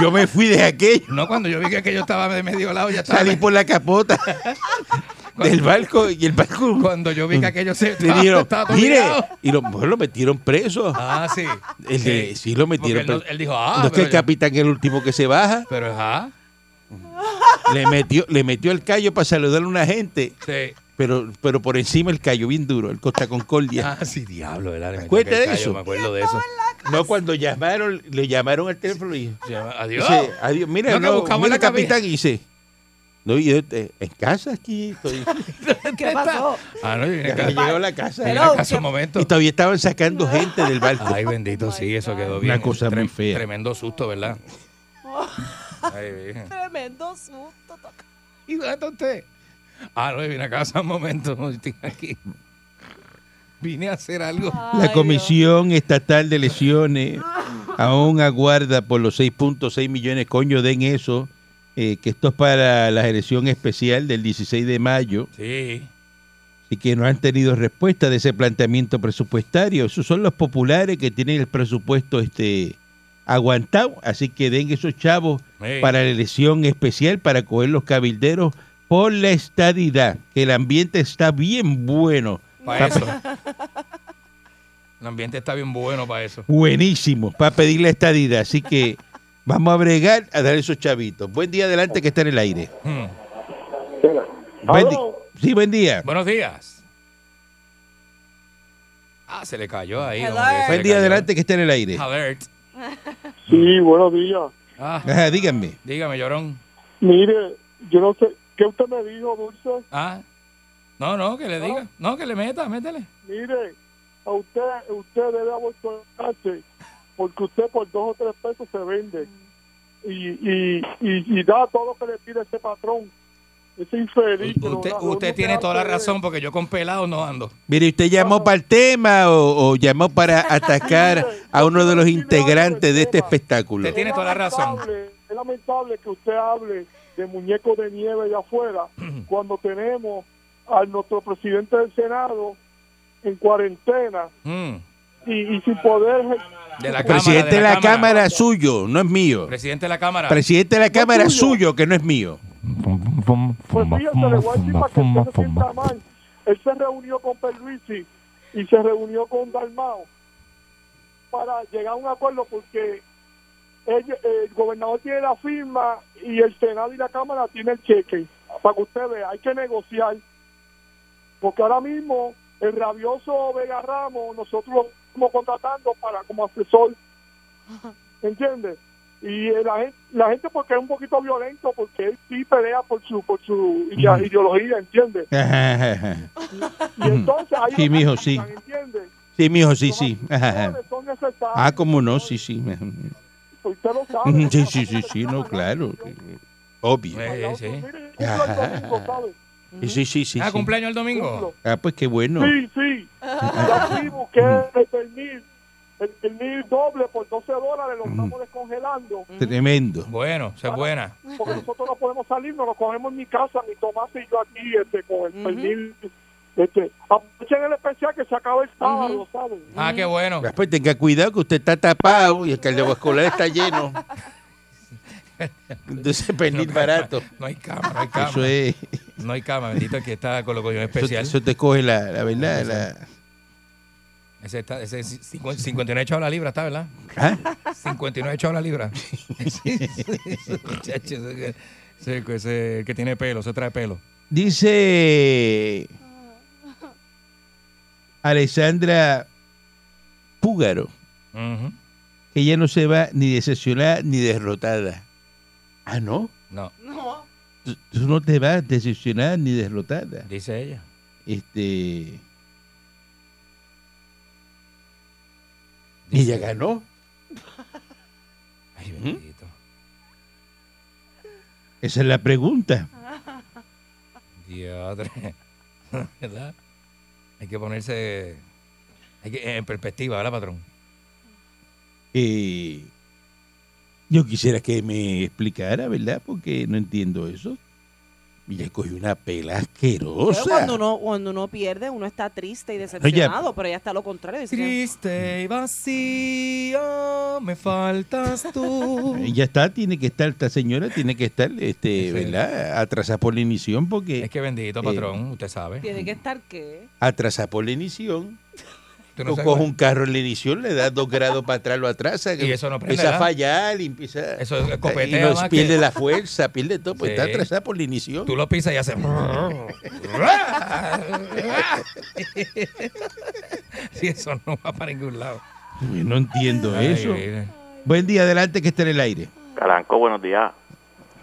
Yo me fui de aquello, no, cuando yo vi que aquello estaba de medio lado, ya estaba. salí por la capota. del barco y el barco. Cuando yo vi que aquello se Le dieron, estaba todo mire, mirado. y lo, mejor lo metieron preso. Ah, sí. El de- sí. lo metieron Porque él no- preso. él dijo, ah, No es que pero el yo- capitán es el último que se baja. Pero ajá. Le metió, le metió el callo para saludar a una gente. Sí. Pero, pero por encima el callo, bien duro, el Costa Concordia. Ah, sí, diablo, ¿verdad? Le metió Acuérdate aquel de callo, eso. Me acuerdo de eso. No, cuando llamaron, le llamaron al teléfono y Se llama- Adiós. dice, adiós, mira, Lo que no, buscamos mira en la cabina. capitán y dice, no, yo eh, en casa aquí estoy. ¿Qué pasó? Ah, no, yo vine Ya acá. llegó a la casa. Vine Hello. acá hace un momento. Y todavía estaban sacando gente del barco. Ay, bendito, sí, eso quedó bien. Una cosa muy fea. Tremendo susto, ¿verdad? Ay, bien. Tremendo susto. ¿Y dónde está usted? Ah, no, yo vine acá hace un momento. no, estoy aquí. Vine a hacer algo. La Comisión Estatal de Lesiones aún aguarda por los 6.6 millones, coño, den eso, eh, que esto es para la elección especial del 16 de mayo, Sí. y que no han tenido respuesta de ese planteamiento presupuestario. Esos son los populares que tienen el presupuesto este aguantado, así que den esos chavos Sí. para la elección especial para coger los cabilderos por la estadidad, que el ambiente está bien bueno, Para eso. El ambiente está bien bueno para eso. Buenísimo, para pedir la estadida. Así que vamos a bregar a dar esos chavitos. Buen día adelante que está en el aire. Hmm. Buen di- sí, buen día. Buenos días. Ah, se le cayó ahí. como que Alert. se le Buen día cayó. adelante que está en el aire. Alert. Sí, buenos días. Ah, Ajá, díganme. dígame, llorón. Mire, yo no sé, ¿qué usted me dijo, Dulce? Ah. No, no, que le diga. No, que le meta, métele. Mire, a usted, usted debe abortarse porque usted por dos o tres pesos se vende y, y, y, y da todo lo que le pide ese patrón. Ese infeliz. que Usted, no da- usted uno tiene que toda la hace- razón porque yo con pelado no ando. Mire, ¿usted llamó para el tema o, o llamó para atacar a uno de los integrantes de este espectáculo? Usted tiene toda la razón. lamentable- Es lamentable que usted hable de muñecos de nieve allá afuera cuando tenemos a nuestro presidente del Senado en cuarentena Mm. y, y sin poder De la Presidente de la Cámara cámara. suyo, no es mío. Presidente de la Cámara. Presidente de la Cámara tuyo. suyo, que no es mío. Pues fíjate, le voy a decir para que usted se sienta mal. Él se reunió con Perluisi y se reunió con Dalmao para llegar a un acuerdo porque ellos- el, gobernador tiene la firma y el Senado y la Cámara tiene el cheque. Para que usted vea, hay que negociar. Porque ahora mismo el rabioso Vega Ramos nosotros lo estamos contratando para como asesor. ¿Entiendes? y eh, la gente, la gente porque es un poquito violento porque él sí pelea por su por su idea- ideología entiende Ajá, ajá, ajá. y entonces ahí Sí, lo mijo, matan, sí. ¿entiende? Sí, mijo, sí, Los sí. Ajá, ajá. actores son necesarios. Ah, cómo no, sí, sí. usted lo Ujú, sabe Sí, sí, sí, sí, no, claro. Obvio. Eh, sí. Mire, cumplo el domingo, ¿sabe? Sí, sí, sí. sí, Ah, sí. cumpleaños el domingo. Cumplo. Ah, pues qué bueno. sí sí ya sí busqué el pernil el pernil doble por 12 dólares lo estamos descongelando Tremendo. Bueno, se es buena. porque nosotros no podemos salir, no lo cogemos en mi casa, mi Tomás y yo aquí, este, con el pernil, este, aprovechen el especial que se acaba el sábado, ¿saben? Ah, qué bueno. Ah, pues tenga cuidado que usted está tapado y el cardiovascular está lleno. Entonces, pernil pues, barato. No hay cama, no hay cama. Eso es. No hay cama, bendito aquí está con lo coño Eso, especial. eso te coge la, la verdad. la- Ese, está, ese es cincu- 59 chavos la libra, ¿está, verdad? ¿Ah? 59 chavos la libra. Sí, ese muchacho, ese que- ese que- ese que tiene pelo, se trae pelo. Dice Alessandra Púgaro Ujú. que ella no se va ni decepcionada ni derrotada. Ah, no. No, No. Tú, tú no te vas decepcionada ni derrotada. dice ella. Este. Ella ganó. Ay, ¿Mm? bendito. Esa es la pregunta. Diadre. ¿Verdad? Hay que ponerse hay que, en perspectiva, ¿verdad, patrón? Eh, yo quisiera que me explicara, ¿verdad? Porque no entiendo eso. Y le cogió una pela Pero asquerosa. cuando, uno, cuando uno pierde, uno está triste y ya- decepcionado, pero ya está lo contrario. dice que- Triste y vacío, me faltas tú. Ella está, tiene que estar, esta señora tiene que estar, este, Sí. ¿verdad? Atrasada por la inición porque Es que eh, bendito, patrón, usted sabe. Tiene que estar qué. atrasada por la inición. Tú no Tú sabes coges cuál- un carro en la inición, le das dos grados para atrás, lo atrasa. Y eso no prende, Empieza a ¿verdad? fallar y empieza. Eso es y copetea nos más que- pierde la fuerza, pierde todo, pues Sí. está atrasada por la inición. Tú lo pisas y haces. sí, eso no va para ningún lado. Uy, No entiendo Ay, eso. mire. Buen día, adelante que esté en el aire. Caranco, buenos días.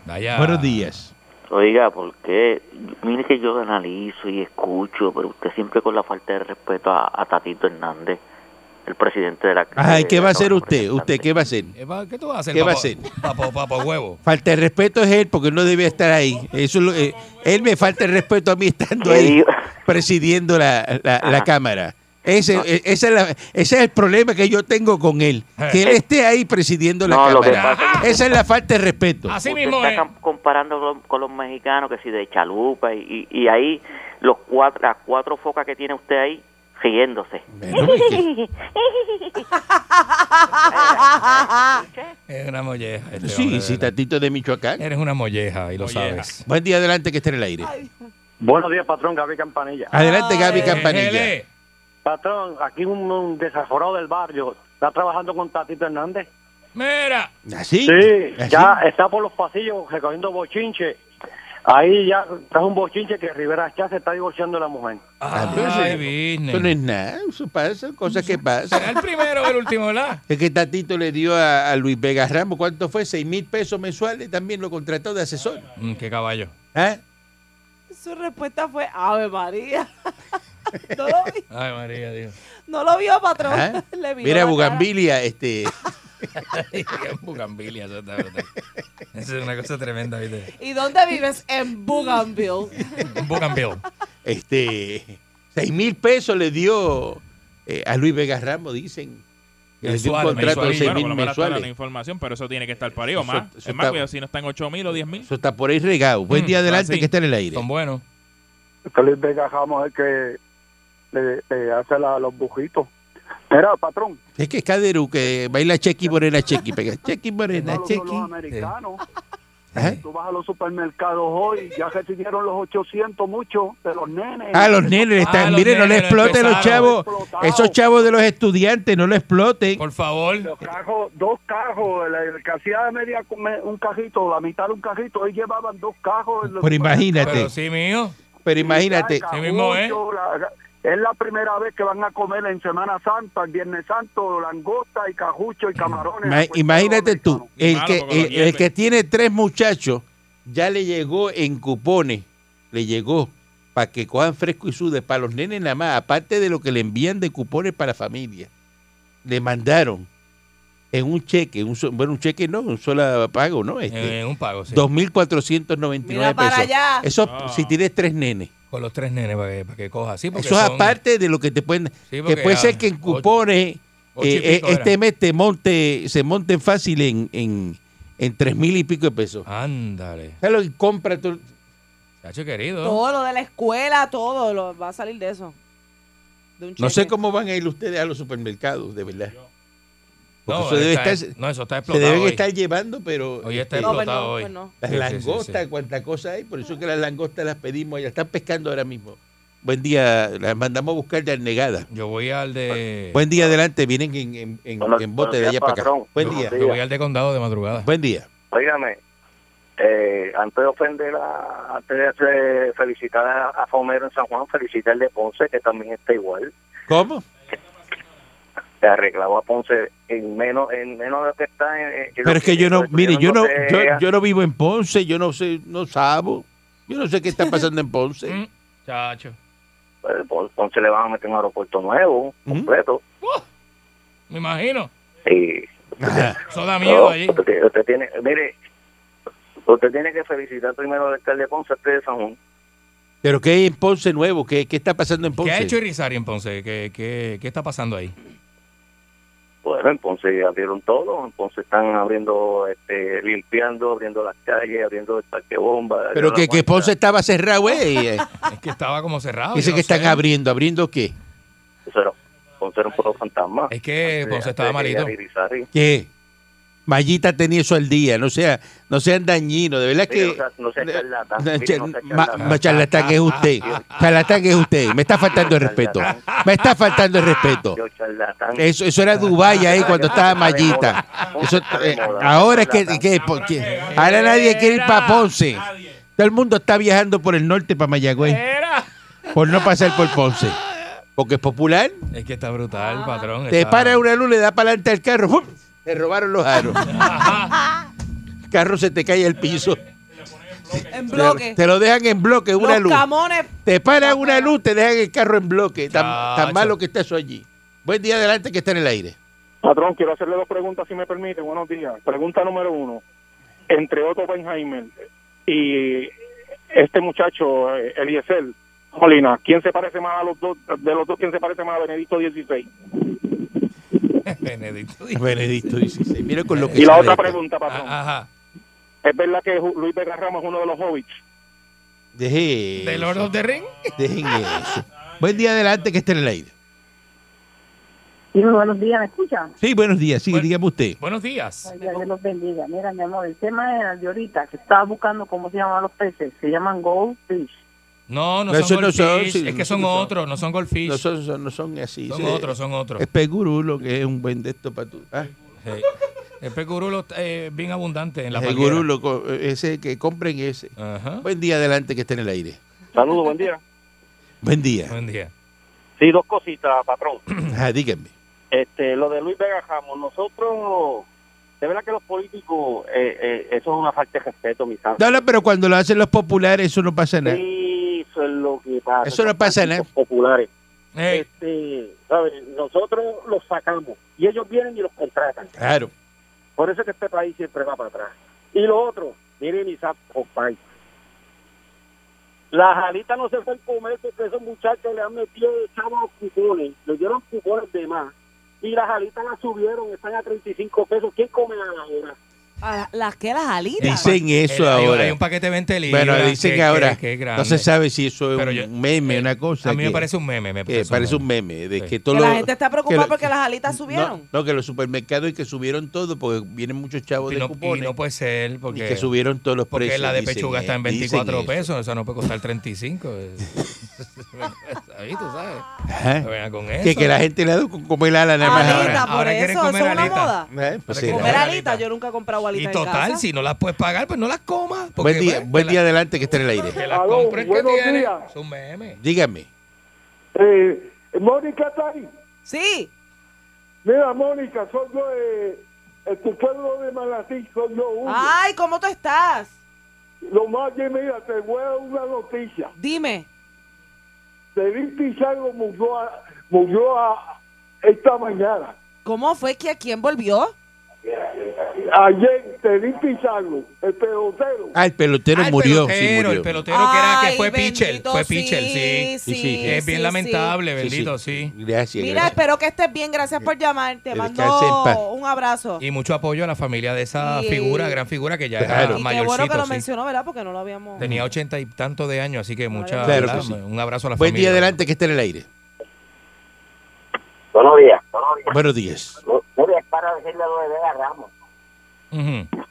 Vaya. Buenos días. Oiga, porque mire que yo analizo y escucho, pero usted siempre con la falta de respeto a, a Tatito Hernández, el presidente de la Ay, ¿qué va a hacer ser usted? ¿Usted qué va a hacer? Eh, va- ¿Qué tú vas a hacer? ¿Qué va a papo- hacer? Papo, papo, huevo. Falta de respeto es él porque no debe estar ahí. Eso es lo- eh, él me falta el respeto a mí estando ¿Qué ahí digo? presidiendo la, la- la Ajá. cámara. Ese, eh, esa es la- ese es el problema que yo tengo con él. Eh. Que él esté ahí presidiendo la No, lo que cámara. pasa Esa es la falta de respeto. Así Usted mismo está eh, es. cam- comparando con, con los mexicanos, que si de chalupa, y, y- y ahí los cuatro, las cuatro focas que tiene usted ahí, riéndose. Bueno, es que- Eres una molleja. este hombre, sí, de sí, verdad. Eh. Tatito de Michoacán. Eres una molleja y lo Molleja. sabes. Buen día, adelante que esté en el aire. Buenos días, patrón Gaby Campanilla. Adelante, Gaby Ay. eh, Campanilla. Jele. Patrón, aquí un, un desaforado del barrio está trabajando con Tatito Hernández. Mira. ¿Así? Sí, ¿Así? ya está por los pasillos recogiendo bochinche. Ahí ya trajo un bochinche que Rivera Chá se está divorciando de la mujer. Ah, pero eso- Ay, Eso no business. es nada, eso pasa, cosas que pasan. Será el primero o el último, ¿verdad? Es que Tatito le dio a, a Luis Vega Ramos, ¿cuánto fue? Seis mil pesos mensuales, también lo contrató de asesor. Mm, qué caballo. ¿Ah? Su respuesta fue, Ave María. no, lo vi- Ay, María, Dios. no lo vio, patrón. ¿Ah? Le vio Mira, la cara. Bugambilia, este, Ay, qué bugambilia, eso está brutal. Eso es una cosa tremenda, ¿viste? ¿Y dónde vives? En Bougainville. Bugambil. este, seis mil pesos le dio eh, a Luis Vega Ramos, dicen. Que le dio un Mensuales, contrato de mensuales. seis bueno, mil por lo menos está la mensuales. información, pero eso tiene que estar parido Eso- más. eso es más, está- cuidado si no están 8 mil o 10 mil. Eso está por ahí regado. Buen Mm, día, adelante, así. que está en el aire. Son buenos. que Este Luis Vega Ramos es que le, le hace la- los bujitos. Mira, patrón, Es que es Caderu, que baila Chequi Morena, Chequi. Pega Chequi no Morena, los, Chequi. ¿Eh? los americanos, Ajá. tú vas a los supermercados hoy, ya recibieron los 800 muchos de los nenes. Ah, los nenes le están, Ah, los miren, no le nenes, lo exploten los empezaron. chavos, esos chavos de los estudiantes, no lo exploten. Por favor. Los cajos, dos cajos, el, el que hacía media, come- un cajito, la mitad de un cajito, hoy llevaban dos cajos. en los Pero imagínate, Pero pero, sí, mío. imagínate, supermercados, Sí mismo, ¿eh? la- es la primera vez que van a comer en Semana Santa, el Viernes Santo, langosta y cajucho y camarones. ima- Pues, imagínate americano. tú, el Malo, que, porque lo el, el hierven. que tiene tres muchachos, ya le llegó en cupones, le llegó para que cojan fresco y sude, para los nenes nada más, aparte de lo que le envían de cupones para la familia, le mandaron en un cheque, un, so- bueno, un cheque no, un solo pago, ¿no? Este, Eh, un pago, sí. 2.499 Mira para pesos. allá. Eso Ah. si tienes tres nenes. Con los tres nenes para que, para que coja. Sí, porque Eso es son- aparte de lo que te pueden. Sí, que porque puede a- ser que en ocho- cupones ocho y eh, eh, pico era. este mes te monte, se monten fácil en, en, en tres mil y pico de pesos. Ándale. ¿Sabes lo que compra tú? Chacho querido. Todo lo de la escuela, todo lo, va a salir de eso. De un No cheque. sé cómo van a ir ustedes a los supermercados, de verdad. Porque No, eso debe está- estar- no, eso está Se explotado. deben hoy. estar llevando, pero Hoy está este, No, explotado pues no, hoy. pues no. las Sí, sí, sí, langostas, sí. cuánta cosa hay. Por eso es que las langostas las pedimos, ya están pescando ahora mismo. Buen día, las mandamos a buscar de negada. Yo voy al de. Buen día, adelante, vienen en, en, en- Buenos- en bote buenos de allá días, para acá. patrón. Buen Buenos día, días. yo voy al de condado de madrugada. buen día. Óigame, eh, antes de ofender a, antes de hacer- felicitar a, a Fomero en San Juan, felicitar de Ponce, que también está igual. ¿Cómo? Le arreglaba a Ponce en menos, en menos de lo que está. En, en- Pero es que yo no, mire, yo no, sé, yo, yo no vivo en Ponce, yo no sé, no sabo, yo no sé qué está pasando en Ponce. Mm, Chacho. pues, eh, Pon- Ponce le van a meter un aeropuerto nuevo, completo. Me imagino. Y Ajá. Eso da miedo no, allí. usted, usted tiene, mire, usted tiene que felicitar primero al alcalde de Ponce, este de San Juan. Pero qué hay en Ponce nuevo, qué, qué está pasando en ¿Qué ha Ponce. hecho Irizarry en Ponce? ¿Qué, qué, qué está pasando ahí? Bueno, en Ponce abrieron todo, en Ponce están abriendo, este, limpiando, abriendo las calles, abriendo el parque bomba. Pero Yo que, la que aguanto. Ponce estaba cerrado, eh. Es que estaba como cerrado. Dice yo que no sé. están abriendo. ¿Abriendo qué? Eso era- Ponce era un pueblo fantasma. Es que Antes- Ponce estaba antes de malito. Irizarry. ¿Qué? Mallita tenía eso al día. No sea, no sean dañinos. De verdad Mire, que... o sea, no sea charlatán. No, mire, cha- no sea ma- charlatán. ma- charlatán es usted. Charlatán es usted. Me está faltando el respeto. Me está faltando el respeto. Yo, charlatán. Eso, eso era Dubái ahí cuando Está estaba de Mallita. moda. Eso, Está de eh, moda. ahora es que, Charlatán. que- porque- ahora nadie quiere ir para Ponce. Todo el mundo está viajando por el norte para Mayagüez por no pasar por Ponce. Porque es popular. Es que está brutal, patrón. Te está- para una luz, le da para adelante al carro. ¡fum! Te robaron los aros. El carro se te cae al piso. En Te- bloque. Te lo dejan en bloque, una Los luz. camones. Te paran una luz, te dejan el carro en bloque. Tan, tan Chacho. malo que está eso allí. Buen día adelante que está en el aire. Patrón, quiero hacerle dos preguntas, si me permite. Buenos días. Pregunta número uno. Entre Otto Benheimer y este muchacho, eh, Eliezer Molina, ¿quién se parece más a los dos? De los dos, ¿quién se parece más a Benedicto XVI? Benedicto. Ah, Benedicto 16. Mira con lo que Y la sale otra esto. pregunta, patrón. Ajá. ¿Es verdad que Ju- Luis Vega Ramos es uno de los hobbits? Deje ¿De eso, Lord of the Ring? Dejen eso. Buen día adelante que está en el aire. Sí, muy buenos días, ¿me escuchan? Sí, buenos días. Sí, Bueno. dígame usted. Buenos días. Ay, Dios los bendiga. Mira, mi amor, el tema era el de ahorita, que estaba buscando cómo se llaman los peces. Se llaman goldfish. No, no, No, son eso no goldfish. son, sí, es no que son son- otros, no son goldfish. No son, son- no son así. son sí. otros, son otros. Es pegurulo, que es un buen de esto para tú. Ah, Sí. El pecurulo es bien abundante en la el palguera. gurulo, co- ese que compren ese. Ajá. Buen día adelante que está en el aire. Saludos, buen día. Buen día. Ah, Buen día. Sí, dos cositas, patrón. Ajá, díganme. Este, lo de Luis Vega Ramos, nosotros, de verdad que los políticos, eh, eh, eso es una falta de respeto, mi santo. No, no, pero cuando lo hacen los populares, eso no pasa nada. Sí, Eso es lo que pasa. Eso no Son pasa Eh. políticos nada. populares. Ey, Este, ¿sabes? Nosotros los sacamos y ellos vienen y los contratan. Claro. Por eso es que este país siempre va para atrás. Y lo otro, miren Isaac Compay. Las alitas no se fue el comercio que esos muchachos le han metido de chavo cupones, le dieron cupones de más. Y las alitas las subieron, están a 35 pesos. ¿Quién come a la hora? a las que las alitas. Dicen eso hay- ahora. Hay un paquete de 20 libras. Bueno, dicen que- que ahora que- que es grande. no se sabe si eso es Pero un yo- meme, eh, una cosa. A mí me que- parece un meme. Me que parece, parece un meme. De Sí. que Que todo la lo- gente está que preocupada lo- porque las alitas no, subieron. no, que los supermercados y que subieron todo porque vienen muchos chavos Y de no, y cupones no puede ser y porque, que subieron todos los porque precios. la de dicen, pechuga está en eh, dicen 24 eso. pesos. Eso no puede costar 35. eh. Ahí tú sabes. Ajá. No venga con eso. Que, que la gente le ha dado con comer ala nada más Alitas, ahora. por Ahora quieren eso. Eso comer es una alitas. moda. Eh, pues Ahora comer será. Comer alitas. alitas. Yo nunca he comprado Y alitas. en total, casa. si no las puedes pagar, pues no las comas. porque, Buen día, pues, buen que día la- adelante que está en el aire. Que las Aló, compres que buenos tienes. días. Son memes. Dígame. Eh, Mónica está ahí. Sí. Mira, Mónica, soy yo de, de tu pueblo de Manatí, soy yo Hugo. Ay, ¿cómo tú estás? Lo más que mira, te voy a dar una noticia. Dime. David Pizarro murió, a- murió a- esta mañana. ¿Cómo fue que a quién volvió? Ayer, David Pizarro, el pelotero. Ah, el pelotero Ah, el murió. sí, pelotero, murió. El pelotero que era que Ay, fue bendito, pitcher. Fue sí, pitcher, sí. Sí, sí, sí. es bien sí, lamentable, Sí, sí. bendito, sí. Gracias. Mira, gracias. espero que estés bien. Gracias por llamar. Te Que descanse en paz. mando un abrazo. Y mucho apoyo a la familia de esa Sí. figura, gran figura que ya Claro. era Y qué mayorcito. bueno que lo sí. mencionó, ¿verdad? Porque no lo habíamos. Tenía ochenta y tantos de años, así que mucha, Claro ¿verdad? que sí. un abrazo a la Buen día familia. adelante que está en el aire. Buenos días. Buenos días. Mira, para decirle lo de Vega Ramos. Ujú.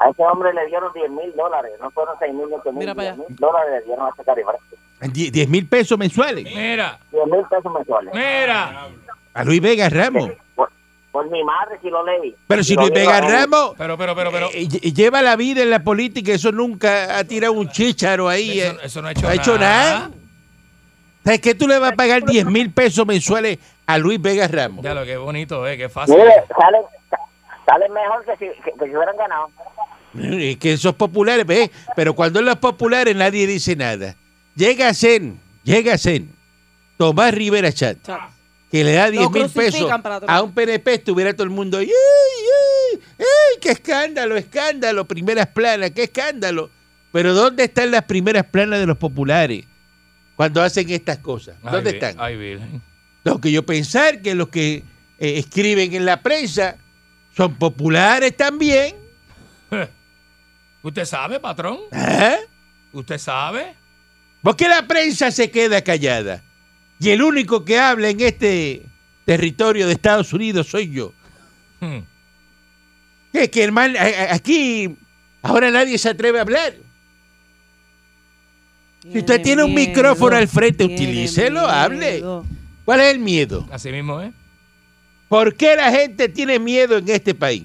A ese hombre le dieron 10 mil dólares, no fueron 6 mil, 8 Mira para allá. mil dólares le dieron a ese caribán. Die- diez mil pesos mensuales. Mira, 10 mil pesos mensuales. mira. A Luis Vega Ramos. Por, por mi madre, si lo leí. Pero si Luis Vega Ramos Pero, pero, pero, pero. eh, lle- lleva la vida en la política, eso nunca ha tirado un chícharo ahí. Eso, eh. eso no ha hecho, ha hecho nada. ¿Sabes qué? Tú le vas a pagar 10 mil pesos mensuales a Luis Vega Ramos. Ya lo que bonito, eh, qué fácil. Mire, sale, sale mejor que si, que, que si hubieran ganado. Mm, Es que esos populares, ¿ves? Pero cuando en los populares nadie dice nada. Llega Zen, llega Zen, Tomás Rivera Chat, Chao. que le da 10 Lo mil crucifican pesos para atrás. a un PNP, estuviera todo el mundo, ¡Ey, ey, ey! qué escándalo, escándalo! Primeras planas, qué escándalo. Pero ¿dónde están las primeras planas de los populares cuando hacen estas cosas? Ay, ¿Dónde vi- están? Ay, Virgen. Lo que yo pensar que los que eh, escriben en la prensa, son populares también. ¿Usted sabe, patrón? ¿eh? ¿Usted sabe? ¿Por qué la prensa se queda callada? Y el único que habla en este territorio de Estados Unidos soy yo. Hmm. Que, que hermano, a- a- aquí ahora nadie se atreve a hablar. Si usted tiene un miedo, micrófono al frente, tiene utilícelo, miedo. hable. ¿Cuál es el miedo? Así mismo, ¿eh? ¿Por qué la gente tiene miedo en este país?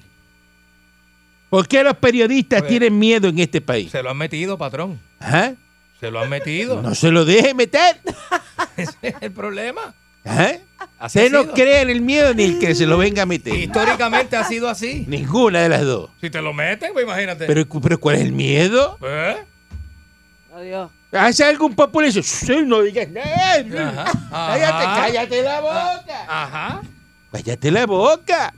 ¿Por qué los periodistas Porque- tienen miedo en este país? Se lo han metido, patrón. ¿Ah? Se lo han metido. No se lo deje meter. Ese es el problema. ¿Ah? Así Usted ha no sido. crea en el miedo ni el que se lo venga a meter. Históricamente ha sido así. Ninguna de las dos. Si te lo meten, pues imagínate. Pero, pero ¿cuál es el miedo? ¿Eh? Adiós. ¿Hace algún populismo? Sí, no digas nada. Ajá, ajá. Ah. Cállate, cállate la boca. Ajá. Cállate la boca.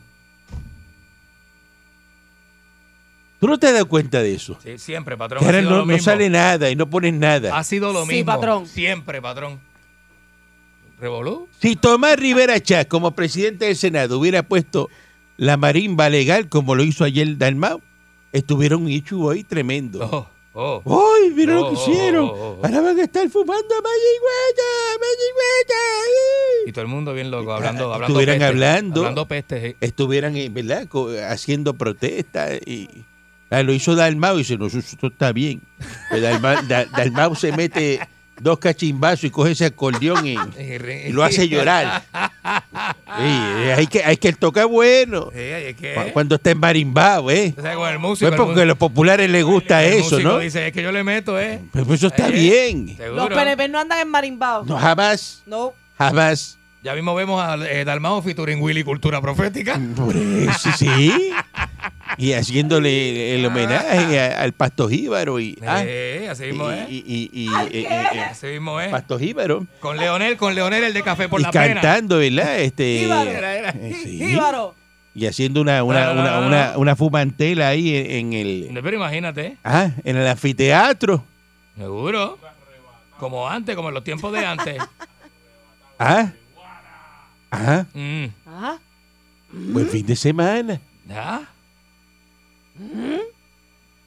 ¿Tú no te has dado cuenta de eso? Sí, siempre, patrón. Que Ha ahora sido no, lo no mismo. Ah, sale nada y no pones nada. Ha sido lo Sí, mismo. patrón. Siempre, patrón. ¿Revolú? Si Tomás Rivera Chá como presidente del Senado hubiera puesto la marimba legal como lo hizo ayer Dalmau, estuviera un ichu hoy tremendo. Oh, oh. ¡Ay, mira lo Oh, que oh, hicieron! oh, oh, oh. Ahora van a estar fumando mayigüeta, mayigüeta. ¡ay! Y todo el mundo bien loco, hablando, hablando Ah, Estuvieran peste. hablando. Hablando peste, sí. Estuvieran, eh, ¿verdad?, co- haciendo protestas y... ah, lo hizo Dalmau y dice, no, eso, esto está bien. Pero Dalma- Da- Dalmau se mete dos cachimbazos y coge ese acordeón y, Y re- y lo hace llorar. Sí, eh, hay, que, hay que tocar bueno. Sí, es que... Cu- Cuando está en marimbao, ¿eh? O sea, con el músico... Pues el porque a mu- los populares les gusta el eso, músico ¿no? dice, es que yo le meto, ¿eh? Pero pues eso está Eh, bien. Seguro. Los PNP no andan en marimbao. No, jamás, No. jamás. Ya mismo vemos a eh, Dalmao featuring Willy Cultura Profética. Por eso, sí. Y haciéndole el homenaje a- al Pasto Jíbaro y... ah, Eh, así y, mismo, ¿eh? y- y- y- eh, eh, eh, Así mismo, ¿eh? Pasto Jíbaro. Con Leonel, con Leonel el de Café por Y la Pena. cantando, ¿verdad? Este, Jíbaro. Era, era. eh, sí. Jíbaro. Y haciendo una, una, No, no, una, no, no, una- no. una fumantela ahí en, en el... Pero imagínate, ¿eh? ah, en el anfiteatro. seguro. Como antes, como en los tiempos de antes. Ah. Ah, Mm. Ajá. buen fin de semana. ¿Ya?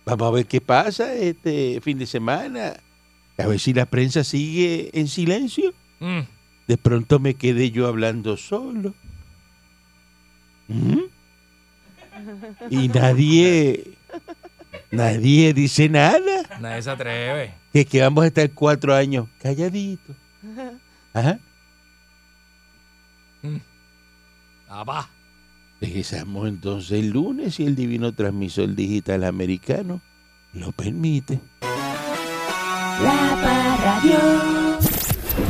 Vamos a ver qué pasa este fin de semana. A ver si la prensa sigue en silencio. Mm. De pronto me quedé yo hablando solo. ¿Mm? Y nadie, nadie dice nada. Nadie se atreve. Que, que vamos a estar cuatro años calladitos. Ajá. Apá. Regresamos entonces el lunes y el divino transmisor digital americano lo permite. La Parradio.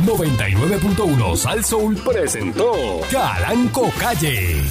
99.1 Sal Soul presentó Calanco Calle.